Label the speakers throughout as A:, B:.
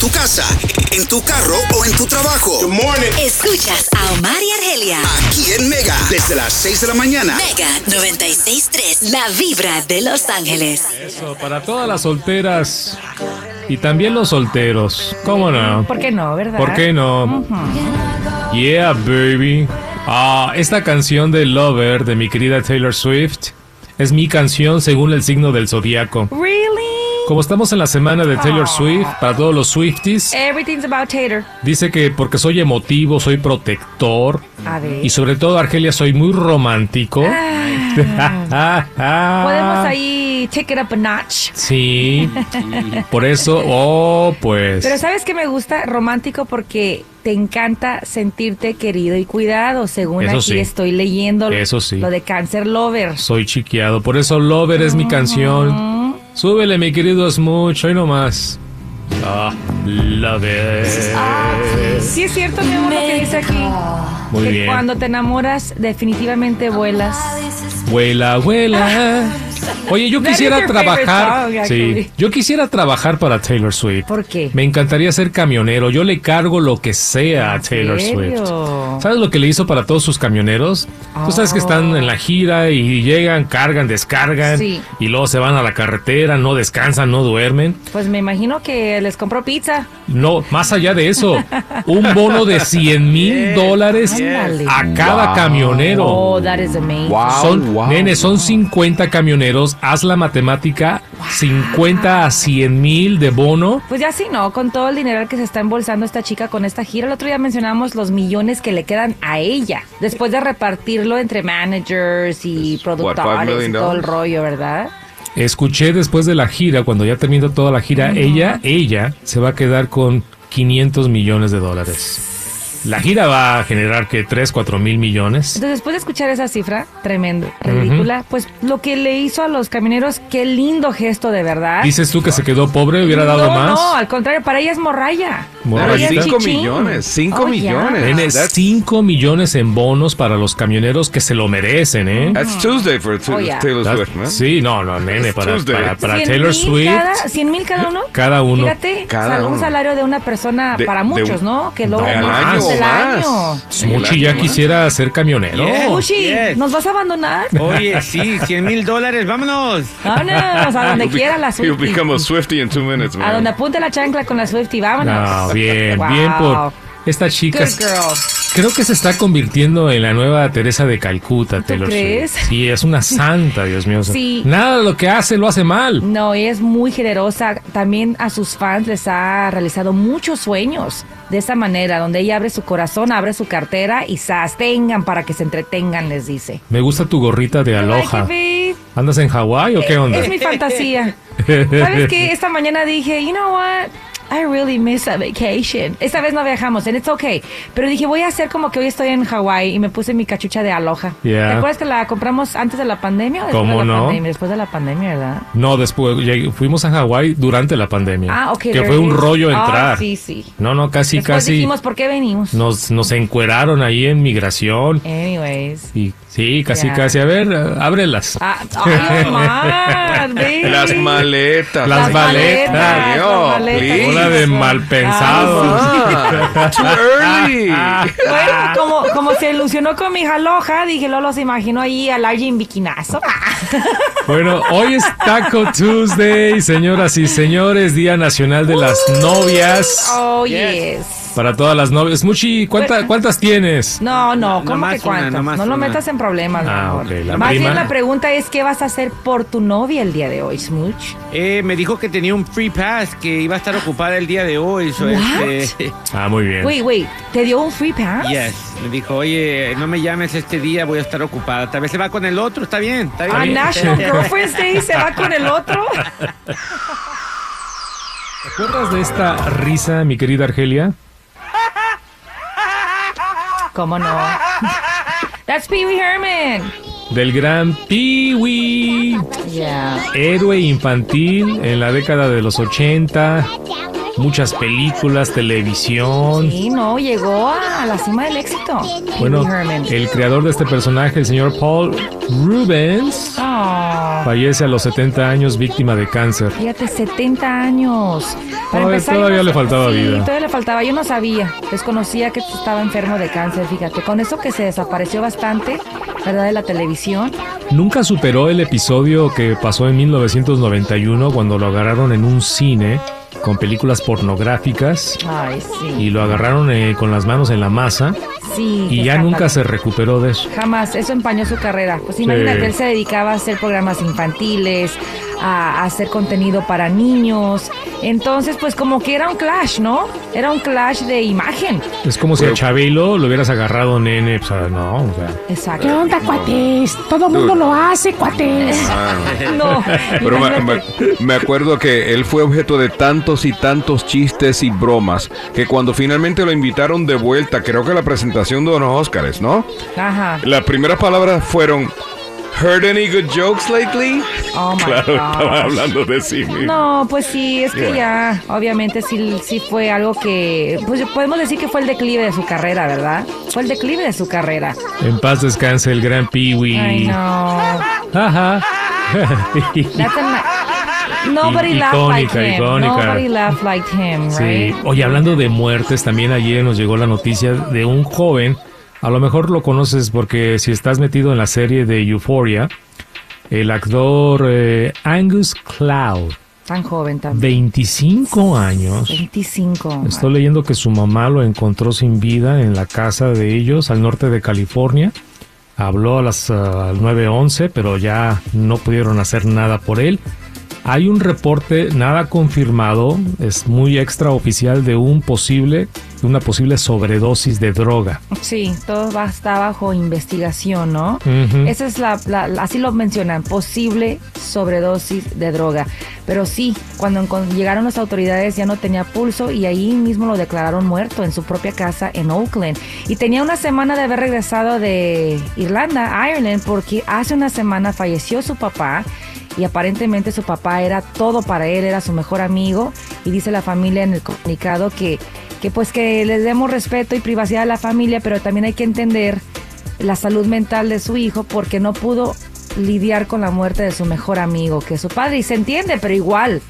A: tu casa, en tu carro o en tu trabajo.
B: Good morning.
C: Escuchas a Omar y Argelia.
A: Aquí en Mega, desde las 6 de la mañana.
C: Mega 963, la vibra de Los Ángeles.
D: Eso, para todas las solteras y también los solteros. ¿Cómo no?
E: ¿Por qué no, verdad?
D: ¿Por qué no? Yeah, baby. Ah, esta canción de Lover de mi querida Taylor Swift es mi canción según el signo del zodiaco.
E: Really?
D: Como estamos en la semana de Taylor Swift, para todos los Swifties,
E: Everything's about Tater.
D: dice que porque soy emotivo, soy protector
E: A ver.
D: y sobre todo, Argelia, soy muy romántico.
E: Podemos ahí take it up a notch.
D: Sí, por eso, oh, pues.
E: Pero sabes que me gusta romántico porque te encanta sentirte querido y cuidado, según
D: Eso
E: aquí
D: sí.
E: estoy leyendo lo-
D: Eso sí.
E: lo de Cancer Lover.
D: Soy chiqueado, por eso Lover es
E: Ah.
D: mi canción. Súbele, mi querido Smooch, hoy nomás. Ah, Lover.
E: Sí es cierto, mi amor, lo que dice aquí.
D: Muy
E: ah, que
D: bien.
E: cuando te enamoras, definitivamente vuelas.
D: Vuela, abuela. Oye, yo
E: That is
D: quisiera
E: your favorite
D: trabajar.
E: song,
D: Sí,
E: actually.
D: yo quisiera trabajar para Taylor Swift.
E: ¿Por qué?
D: Me encantaría ser camionero. Yo le cargo lo que sea a Taylor
E: serio?
D: Swift. ¿Sabes lo que le hizo para todos sus camioneros? Tú sabes que están en la gira y llegan, cargan, descargan.
E: Sí.
D: Y luego se van a la carretera, no descansan, no duermen.
E: Pues me imagino que les compró pizza.
D: No, más allá de eso, un bono de 100 mil dólares
E: Ándale.
D: a cada camionero.
E: Oh, that is amazing.
D: Son, nene, son 50 camioneros, haz la matemática, 50 a 100 mil de bono.
E: Pues ya sí, ¿no? Con todo el dinero que se está embolsando esta chica con esta gira, el otro día mencionamos los millones que le quedan a ella, después de repartirlo entre managers y
B: Pues,
E: productores y todo el rollo, ¿verdad?
D: Escuché después de la gira, cuando ya terminó toda la gira, ella, ella se va a quedar con 500 millones de dólares. La gira va a generar que 3, 4 mil millones.
E: Entonces, después de escuchar esa cifra, tremendo, ridícula, pues lo que le hizo a los camioneros, qué lindo gesto de verdad.
D: Dices tú que se quedó pobre, hubiera dado
E: no,
D: más.
E: No, al contrario, para ella es morralla.
D: Morralla.
E: Para ella es
B: 5
E: chichín.
B: millones, 5
E: Oh, yeah.
B: millones.
D: Tiene 5 millones en bonos para los camioneros que se lo merecen, ¿eh?
B: That's Tuesday for
E: Oh, yeah.
B: Taylor
D: That's-
B: Swift, man.
D: Sí, no, no, nene,
B: It's
D: para,
B: Tuesday.
D: para, para
E: 100,000
D: Taylor Swift.
E: Cada, 100 mil cada uno.
D: Cada uno.
E: Fíjate,
B: Cada
E: o sea,
B: uno.
E: un salario de una persona
B: De-
E: para
B: de un-
E: muchos, ¿no? Que
D: No,
E: logran
D: al
E: más
D: año
E: del
B: o más.
E: año.
D: Smuchi ya quisiera ser camionero.
F: Yeah.
E: Uchi,
F: Yes.
E: ¿nos vas a abandonar?
F: Oye, sí, 100 mil dólares, vámonos.
E: Vámonos, a donde
B: You'll be-
E: quiera la
B: You'll
E: Swifty.
B: become a Swifty in two minutes, man.
E: A donde apunte la chancla con la Swifty, vámonos.
D: No, bien,
E: Wow.
D: bien por esta chica.
E: Good girl.
D: Creo que se está convirtiendo en la nueva Teresa de Calcuta, Taylor Swift.
E: crees?
D: Sí, es una santa, Dios mío.
E: Sí.
D: Nada de lo que hace lo hace mal.
E: No, ella es muy generosa. También a sus fans les ha realizado muchos sueños de esa manera, donde ella abre su corazón, abre su cartera y sas, tengan para que se entretengan, les dice.
D: Me gusta tu gorrita de aloja.
E: Like it, babe.
D: ¿Andas en Hawái o qué onda?
E: Es mi fantasía. ¿Sabes qué? Esta mañana dije, you know what? I really miss a vacation. Esta vez no viajamos, and it's okay. Pero dije, voy a hacer como que hoy estoy en Hawái y me puse mi cachucha de aloja.
D: Yeah.
E: ¿Te acuerdas que la compramos antes de la pandemia o después
D: ¿Cómo
E: de la
D: no?
E: pandemia? Después de la pandemia, ¿verdad?
D: No, después lleg- fuimos a Hawái durante la pandemia.
E: Ah, ok,
D: Que
E: there
D: fue
E: it
D: un
E: is.
D: rollo
E: Ah,
D: entrar.
E: sí, sí.
D: No, no, casi,
E: después
D: casi
E: dijimos, ¿por qué venimos?
D: nos, nos encueraron ahí en migración.
E: Anyways.
D: Y, sí, casi,
E: Ya.
D: casi. A ver, eh, ábrelas.
E: Ah, ay, Omar, baby.
B: Las maletas.
D: Las
E: Las
D: maletas.
E: maletas.
B: Dios,
E: Las maletas. Ah,
B: please.
D: Hola de malpensados.
B: Ah, too early.
E: Bueno, como, como se ilusionó con mi jaloja, dije, Lolo se imaginó ahí al alguien en biquinazo.
D: Bueno, hoy es Taco Tuesday, señoras y señores, Día Nacional de las Novias.
E: Oh,
F: Yes.
E: yes.
D: Para todas las novias. Muchi, ¿cuánta- ¿cuántas tienes?
E: No, no, ¿cómo
F: nomás
E: que cuántas?
F: una, nomás
E: no lo
F: una.
E: metas en problemas, mi
D: Ah,
E: amor.
D: ok, la
E: Más
D: prima.
E: bien la pregunta es, ¿qué vas a hacer por tu novia el día de hoy, Smooch?
F: Eh, me dijo que tenía un free pass que iba a estar ocupada el día de hoy. so,
E: What?
F: este,
D: Ah, muy bien.
E: Wait, wait, ¿te dio un free pass?
F: yes. Me dijo, oye, no me llames este día, voy a estar ocupada. Tal vez se va con el otro, está bien, está
E: A
F: bien.
E: National Girlfriend's Day se va con el otro.
D: ¿Te acuerdas de esta risa, mi querida Argelia?
E: ¿Cómo no? That's Pee Wee Herman.
D: Del gran Pee-Wee,
E: Yeah.
D: héroe infantil en la década de los 80. muchas películas, televisión.
E: Sí, no, llegó a la cima del éxito.
D: Bueno,
E: Pee Wee Herman.
D: el creador de este personaje, el señor Paul Rubens,
E: Oh,
D: fallece a los 70 años víctima de cáncer.
E: fíjate, 70 años.
D: Todavía-
E: yo
D: todavía
E: no
D: le
E: sab-
D: faltaba
E: sí,
D: vida.
E: todavía le faltaba. Yo no sabía. Desconocía que estaba enfermo de cáncer, fíjate. Con eso que se desapareció bastante, ¿verdad? De la televisión.
D: Nunca superó el episodio que pasó en 1991 cuando lo agarraron en un cine con películas pornográficas
E: Ay, sí.
D: y lo agarraron eh, con las manos en la masa
E: Sí.
D: y
E: qué
D: ya nunca
E: escándalo.
D: se recuperó de eso.
E: Jamás, eso empañó su carrera. Pues imagínate, él se dedicaba a hacer programas infantiles, a, a hacer contenido para niños. Entonces, pues como que era un clash, ¿no? Era un clash de imagen.
D: Es como si a
B: Pero-
D: Chabelo lo hubieras agarrado, nene. Pues, ah, no, o sea,
G: ¿Qué
E: Exacto.
G: onda, cuates? Todo mundo lo hace, cuates.
E: No.
B: Pero me,
E: imagínate.
B: me- me acuerdo que él fue objeto de tantos y tantos chistes y bromas que cuando finalmente lo invitaron de vuelta, creo que a la presentación de los Óscares, ¿no?
E: Ajá.
B: Las primeras palabras fueron ¿Heard any good jokes lately?
E: Oh my
B: claro, estaba
E: gosh.
B: hablando de sí mismo.
E: No, pues sí, es que ya, obviamente sí, sí fue algo que, pues podemos decir que fue el declive de su carrera, ¿verdad? Fue el declive de su carrera.
D: en paz descanse el gran
E: Ay,
D: Peewee.
E: no.
D: Ajá.
E: That's a ni- Nobody
D: I-
E: laughed like
D: icónica,
E: him.
D: icónica.
E: Nobody laughed like him,
D: Sí.
E: right?
D: Oye, hablando de muertes, también ayer nos llegó la noticia de un joven. A lo mejor lo conoces porque si estás metido en la serie de Euphoria, el actor eh, Angus Cloud,
E: Tan joven también.
D: 25 años.
E: 25.
D: Estoy leyendo que su mamá lo encontró sin vida en la casa de ellos al norte de California. Habló a las ah, al 911, pero ya no pudieron hacer nada por él. Hay un reporte nada confirmado, es muy extraoficial de un posible, de una posible sobredosis de droga.
E: Sí, todo va, está bajo investigación, ¿no?
D: Ujú.
E: Esa es la, la- la- así lo mencionan, posible sobredosis de droga. Pero sí, cuando encon- llegaron las autoridades ya no tenía pulso y ahí mismo lo declararon muerto en su propia casa en Oakland. Y tenía una semana de haber regresado de Irlanda, a Ireland, porque hace una semana falleció su papá. Y aparentemente su papá era todo para él, era su mejor amigo. Y dice la familia en el comunicado que, que pues que les demos respeto y privacidad a la familia, pero también hay que entender la salud mental de su hijo porque no pudo lidiar con la muerte de su mejor amigo, que es su padre. Y se entiende, pero igual,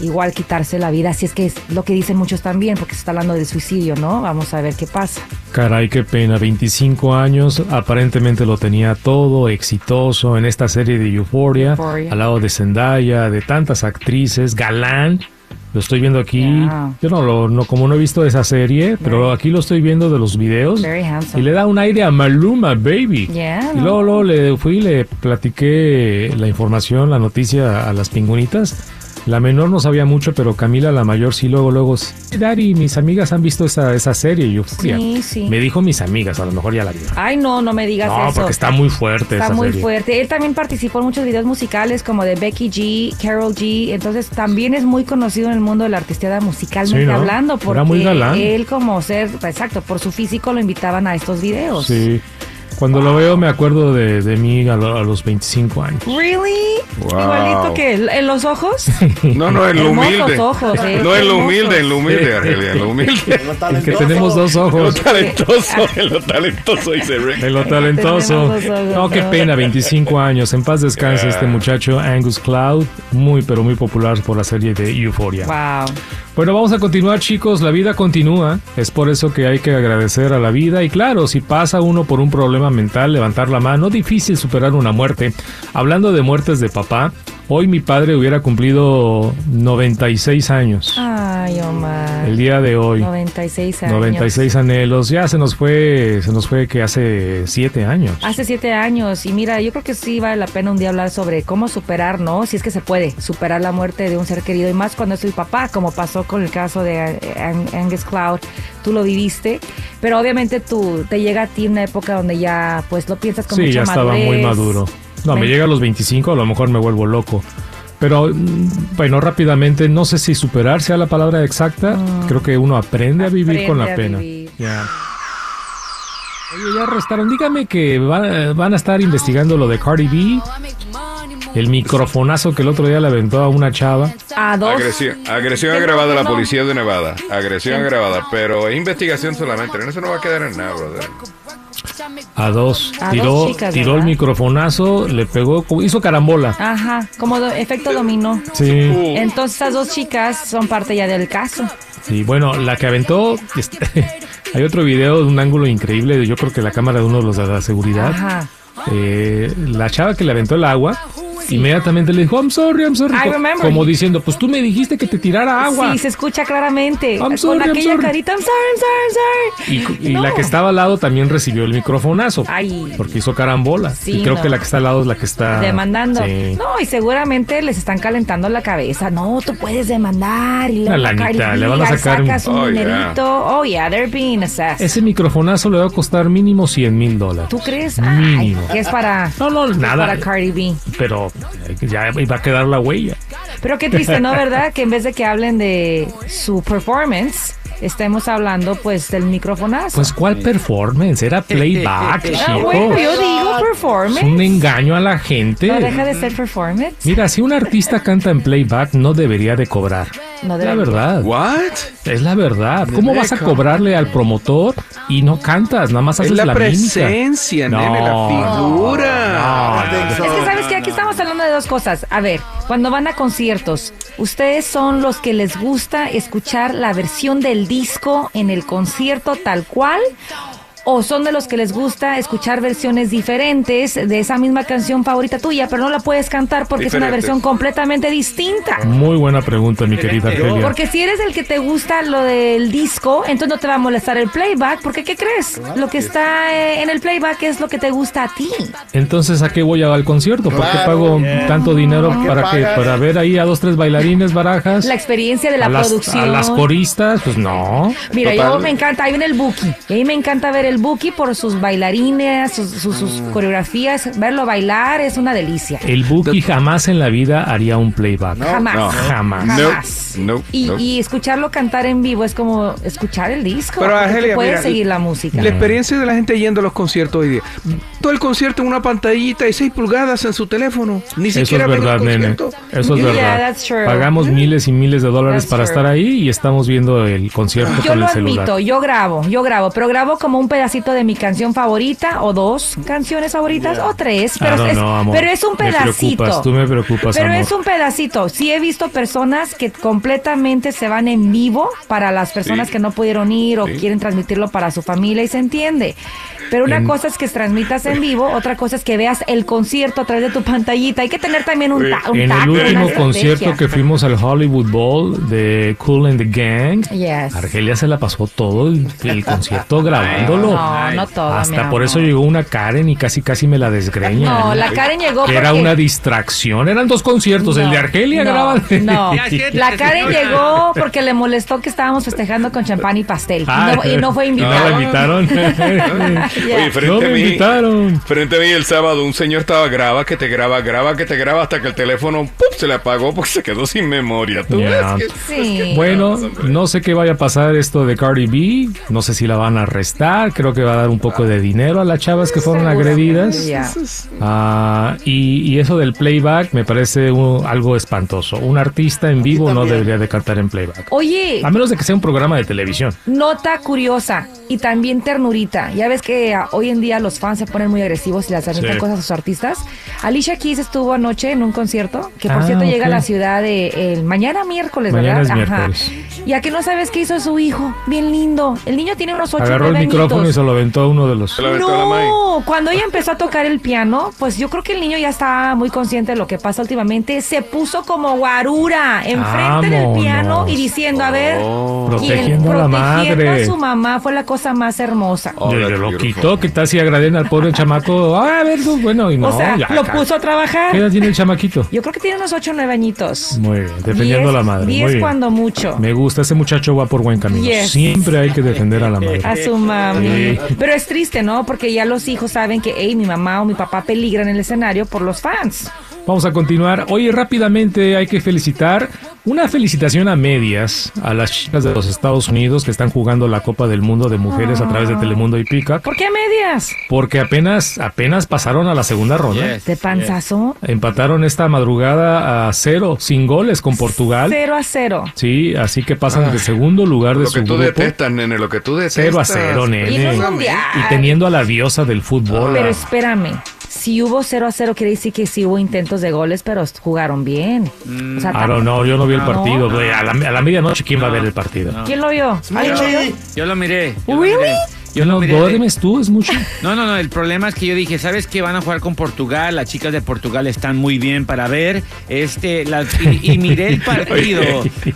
E: igual quitarse la vida. Así es que es lo que dicen muchos también, porque se está hablando del suicidio, ¿no? Vamos a ver qué pasa.
D: Caray, qué pena, 25 años, aparentemente lo tenía todo, exitoso en esta serie de Euphoria,
E: Euphoria.
D: al lado de Zendaya, de tantas actrices, galán. Lo estoy viendo aquí.
E: Yeah.
D: Yo no lo, no, como no he visto esa serie, pero aquí lo estoy viendo de los videos.
E: Very handsome.
D: Y le da un aire a Maluma, baby.
E: Yeah,
D: y
E: no.
D: luego, luego le fui y le platiqué la información, la noticia a las pingüinitas. La menor no sabía mucho, pero Camila, la mayor, sí, luego, luego. "Sí, Daddy, mis amigas han visto esa, esa serie. Y yo, "Furia".
E: Sí, sí.
D: Me dijo mis amigas, a lo mejor ya la vieron.
E: Ay, no, no me digas
D: No,
E: eso.
D: porque está muy fuerte
E: Está
D: esa
E: muy
D: serie.
E: fuerte. Él también participó en muchos videos musicales como de Becky G, Carol G. Entonces también es muy conocido en el mundo de la artisteada musicalmente
D: Sí, ¿no?
E: hablando. Porque
D: Era muy galán.
E: él como ser, exacto, por su físico lo invitaban a estos videos.
D: Sí. Cuando lo veo me acuerdo de, de mí a, lo- a los 25 años.
E: Really?
B: Wow.
E: Igualito que él, en los ojos.
B: No, no, en lo
E: Hermosos
B: humilde.
E: ojos, eh,
B: no, en lo
E: hermosos.
B: humilde, en lo humilde, Argelia, en lo humilde.
D: El que tenemos dos
B: En lo
D: ojos.
B: talentoso, en lo talentoso, dice Rick.
D: De lo talentoso.
E: Tenemos dos ojos,
D: No, qué
E: ¿no?
D: pena, 25 años. En paz descanse este muchacho, Angus Cloud, muy pero muy popular por la serie de Euphoria.
E: wow.
D: Bueno, vamos a continuar chicos, la vida continúa, es por eso que hay que agradecer a la vida y claro, si pasa uno por un problema mental, levantar la mano, difícil superar una muerte. Hablando de muertes de papá, hoy mi padre hubiera cumplido 96 años,
E: Ay, Omar.
D: el día de hoy.
E: 96 Ah. años.
D: 96 anhelos, ya se nos fue, se nos fue que hace 7 años.
E: Hace siete años. Y mira, yo creo que sí vale la pena un día hablar sobre cómo superar, ¿no? Si es que se puede, superar la muerte de un ser querido. Y más cuando es el papá, como pasó con el caso de eh, Ang- Angus Cloud. Tú lo viviste. Pero obviamente tú te llega a ti una época donde ya, pues lo piensas con
D: Sí,
E: mucha
D: ya estaba muy
E: madurez.
D: maduro. No, me
E: Ven.
D: llega a los 25, a lo mejor me vuelvo loco. Pero mm, bueno, rápidamente, no sé si superar sea la palabra exacta. Creo que uno aprende a vivir con la
E: Aprende
D: pena.
E: a vivir.
D: Ya. Oye, ya arrestaron. Dígame que va- van a estar investigando lo de Cardi B, el microfonazo que el otro día le aventó a una chava.
E: A dos.
B: Agresión, agresión
E: Que no,
B: agravada a la
E: no.
B: policía de Nevada. Agresión agravada, pero es investigación solamente. En eso no va a quedar en nada, brother.
D: A dos.
E: A dos
D: tiró
E: chicas,
D: tiró el
E: ¿verdad? Ah.
D: microfonazo, le pegó, como- hizo carambola.
E: Ajá, como do- efecto dominó.
D: Sí.
B: Uh,
E: Entonces esas dos chicas son parte ya del caso.
D: Y bueno, la que aventó, este, hay otro video de un ángulo increíble, yo creo que la cámara de uno de los de la seguridad.
E: Ajá.
D: Eh, la chava que le aventó el agua, inmediatamente le dijo, I'm sorry, I'm sorry.
E: I
D: co-
E: remember.
D: Como diciendo, pues tú me dijiste que te tirara agua.
E: Sí, se escucha claramente.
D: I'm
E: Con
D: sorry, I'm
E: aquella
D: sorry.
E: carita, I'm sorry, I'm
D: Y,
E: sorry, I'm sorry.
D: y la
E: No.
D: que estaba al lado también recibió el microfonazo.
E: Ay.
D: Porque hizo carambola.
E: Sí,
D: y creo
E: no.
D: que la que está al lado es la que está...
E: demandando.
D: Ah, Sí.
E: No, y seguramente les están calentando la cabeza. No, tú puedes demandar y le
D: Una
E: van a sacar-
D: lanita,
E: y
D: le van a
E: ya
D: sacar un-
E: sacas un
B: Oh, yeah.
E: dinerito. Oh yeah, they're being assessed.
D: Ese microfonazo le va a costar mínimo 100 mil dólares.
E: ¿Tú crees? Ay,
D: Mínimo.
E: que es para
D: No, no,
E: que es
D: nada.
E: para Cardi B.
D: Pero eh, ya iba a quedar la huella.
E: Pero qué triste, ¿no? ¿Verdad? Que en vez de que hablen de su performance, estemos hablando pues del microfonazo.
D: Pues Oh. ¿cuál performance? Era playback,
E: Ah,
D: chico.
E: bueno, yo digo
D: Es
E: performance.
D: un engaño a la gente.
E: No deja de ser performance.
D: Mira, si un artista canta en playback, no debería de cobrar.
E: No
D: Es la
E: debería.
D: verdad.
B: What?
D: Es la verdad. ¿Cómo vas a cobrarle al promotor y no cantas? Nada más
B: Es
D: haces
B: la,
D: Pues la, mímica.
B: presencia, nene, la
D: No.
B: figura.
E: Es que sabes que aquí estamos hablando de dos cosas. A ver, cuando van a conciertos, ustedes son los que les gusta escuchar la versión del disco en el concierto tal cual. ¿O son de los que les gusta escuchar versiones diferentes de esa misma canción favorita tuya, pero no la puedes cantar porque es una
B: Diferentes.
E: versión completamente distinta?
D: Muy buena pregunta, mi querida Argelia.
E: Porque si eres el que te gusta lo del disco, entonces no te va a molestar el playback, porque ¿qué crees? Lo que está eh, en el playback es lo que te gusta a ti.
D: Entonces, ¿a qué voy al concierto? ¿Por qué pago tanto dinero para que para ver ahí a dos, tres bailarines, barajas?
E: La experiencia de la
D: a las,
E: producción.
D: A las coristas, pues no.
E: Mira, yo
B: Total.
E: me encanta, ahí viene el Buki. Y ahí me encanta ver el Buki por sus bailarines, sus, sus- sus
D: Mm.
E: coreografías. Verlo bailar es una delicia.
D: El Buki jamás en la vida haría un playback.
E: Jamás.
B: no.
D: Jamás.
E: Jamás.
B: Nope, nope,
E: y,
B: nope.
E: y escucharlo cantar en vivo es como escuchar el disco.
H: Pero,
E: porque tú
H: Argelia,
E: puedes
H: mira,
E: seguir la música.
H: La experiencia de la gente yendo a los conciertos hoy día. Todo el concierto en una pantallita y 6 pulgadas en su teléfono. Ni
D: Eso
H: siquiera
D: es
H: ven el
D: verdad, nene.
H: concierto.
D: Eso es
E: Yeah,
D: verdad.
E: that's true. Mm.
D: Pagamos miles y miles de dólares
E: That's
D: para
E: true.
D: estar ahí y estamos viendo el concierto
E: Yo
D: con
E: lo
D: el celular.
E: admito, yo grabo, yo grabo, pero grabo como un pedacito de mi canción favorita o dos canciones favoritas o tres, pero,
D: Ah, no,
E: es,
D: no, amor.
E: pero es un
D: Me
E: pedacito.
D: preocupas, tú me preocupas, Pues,
E: pero
D: amor.
E: es un pedacito. Sí he visto personas que completamente se van en vivo para las personas
B: Sí.
E: que no pudieron ir o
B: Sí.
E: quieren transmitirlo para su familia y se entiende. Pero una
D: En-
E: cosa es que transmitas en vivo, otra cosa es que veas el concierto a través de tu pantallita. Hay que tener también un, ta- un
D: Eh, En el
E: tacto, una
D: último
E: estrategia.
D: concierto que fuimos al Hollywood Bowl de Cool and the Gang,
E: Yes.
D: Argelia se la pasó todo el, el concierto grabándolo.
E: No, no todo. mi
D: Hasta por
E: amor.
D: eso llegó una Karen y casi casi me la desgreña. ¿eh?
E: No, la Karen llegó
D: Que era
E: porque-
D: una distracción. Eran dos conciertos. el de
E: No,
D: Argelia
E: no,
D: graba.
E: No,
F: Ya siéntese,
E: la Karen
F: señora.
E: llegó porque le molestó que estábamos festejando con champán y pastel. Y
D: Ah,
E: no, y no fue
D: no
E: invitada.
D: la invitaron.
E: Ya.
B: Oye, frente
D: No me
B: a mí,
D: invitaron.
B: Frente a mí el sábado, un señor estaba graba, que te graba, graba, que te graba, hasta que el teléfono ¡pum! se le apagó porque se quedó sin memoria. ¿Tú
D: Ya.
B: ves que-
E: Sí.
D: Bueno, no sé qué vaya a pasar esto de Cardi B. No sé si la van a arrestar. Creo que va a dar un poco de dinero a las chavas que fueron agredidas.
E: Ya.
D: Ah, y, y eso del playback me parece un- algo espantoso. Un artista en vivo no debería de cantar en playback.
E: Oye,
D: A menos de que sea un programa de televisión.
E: nota curiosa y también ternurita. Ya ves que ah, hoy en día los fans se ponen muy agresivos y las aventan
D: Sí.
E: cosas a sus artistas. Alicia Keys estuvo anoche en un concierto que por
D: Ah,
E: cierto llega a la
D: ok.
E: ciudad de el mañana miércoles,
D: Mañana
E: ¿verdad?
D: es miércoles.
E: Y a que no sabes qué hizo su hijo, bien lindo. El niño tiene unos ocho
D: Agarró el
E: nueve
D: micrófono y
E: añitos.
D: se lo aventó a uno de los...
B: Se lo aventó a la May.
E: No, cuando ella empezó a tocar el piano, pues yo creo que el niño ya estaba muy consciente de lo que pasa últimamente. Se puso como guarura enfrente del
D: Vámonos.
E: piano y diciendo, a ver,
D: Protegiendo
E: quien-
D: a la
E: protegiendo
D: madre.
E: a su mamá fue la cosa más hermosa.
B: Oh,
D: Yo- yo
B: that's
D: lo
B: beautiful.
D: quitó, que está así agraden al pobre chamaco. Ah, a ver, no, bueno, y no,
E: o sea,
D: ya,
E: lo
D: ca-
E: puso a
D: ¿Qué edad
E: trabajar.
D: tiene el chamaquito?
E: Yo creo que tiene unos 8 o 9 añitos.
D: Muy bien, defendiendo a la madre. muy
E: 10
D: bien.
E: cuando mucho.
D: Me gusta, ese muchacho va por buen camino.
E: Yes.
D: Siempre hay que defender a la madre.
E: A su mami.
D: Sí.
E: Pero es triste, ¿no? Porque ya los hijos saben que, hey, mi mamá o mi papá peligran el escenario por los fans.
D: Vamos a continuar. Oye, rápidamente hay que felicitar Una felicitación a medias a las chicas de los Estados Unidos que están jugando la Copa del Mundo de Mujeres a
E: Ah.
D: través de Telemundo y Peacock,
E: ¿Por qué a medias?
D: porque apenas, apenas pasaron a la segunda ronda.
F: Yes,
E: ¿De panzazo?
D: Empataron esta madrugada a cero, sin goles con Portugal.
E: Cero a cero.
D: Sí, así que pasan de segundo lugar de
B: Lo
D: su
B: que tú
D: grupo.
B: detestas, nene, lo que tú detestas.
D: Cero a cero, nene.
E: Y no es mundial.
D: Y teniendo a la diosa del fútbol.
E: Pero
D: a-
E: espérame, si hubo 0 a 0, quiere decir que sí hubo intentos de goles, pero jugaron bien. O sea,
D: Mm, I don't know, yo no vi
B: Ah,
D: el
E: No.
D: partido. güey. A, la, a la medianoche, ¿quién va a ver el partido?
E: ¿Quién lo vio? ¿Alguien lo vio?
F: Yo lo miré. Yo lo
E: ¿Really?
F: miré. Yo
D: no,
F: lo miré.
B: eh.
D: duermes tú, es mucho.
F: No, no, no, el problema es que yo dije, ¿sabes qué? Van a jugar con Portugal, las chicas de Portugal están muy bien para ver, este, las- y, y miré el partido.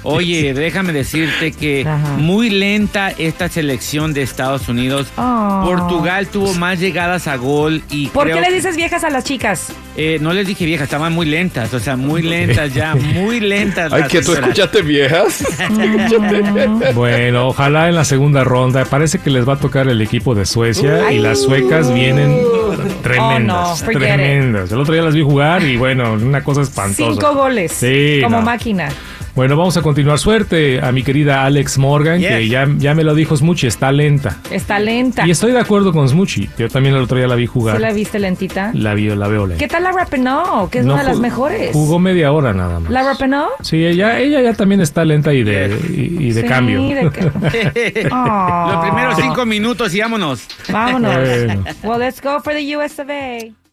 F: Oye, déjame decirte que
E: Ajá.
F: muy lenta esta selección de Estados Unidos.
E: Oh.
F: Portugal tuvo más llegadas a gol y
E: ¿Por
F: creo
E: qué le dices viejas a las chicas?
F: eh, no les dije viejas, estaban muy lentas, o sea, muy lentas ya, muy lentas.
B: Ay,
F: las
B: que tú
F: señoras.
B: escuchaste viejas.
D: Bueno, ojalá en la segunda ronda. Parece que les va a tocar el equipo de Suecia y las suecas vienen tremendas.
E: Oh, forget it.
D: tremendas. El otro día las vi jugar y bueno, una cosa espantosa.
E: Cinco goles.
D: Sí,
E: Como
D: no.
E: máquina.
D: Bueno, vamos a continuar. Suerte a mi querida Alex Morgan,
F: Yes.
D: que ya, ya me lo dijo Smuchi, está lenta.
E: Está lenta.
D: Y estoy de acuerdo con Smuchi. Yo también el otro día la vi jugar.
E: ¿Sí la viste lentita?
D: La vi, la veo lenta.
E: ¿Qué tal la Rapinoe? Que es
D: No
E: una de las
D: ju-
E: mejores.
D: Jugó media hora nada más.
E: ¿La Rapinoe?
D: Sí, ella, ella ya también está lenta y de, y, y de
E: Sí,
D: cambio.
E: de ca- Oh.
F: Los primeros cinco minutos y vámonos.
E: Vámonos.
D: Bueno.
E: Well, let's go for the US of A.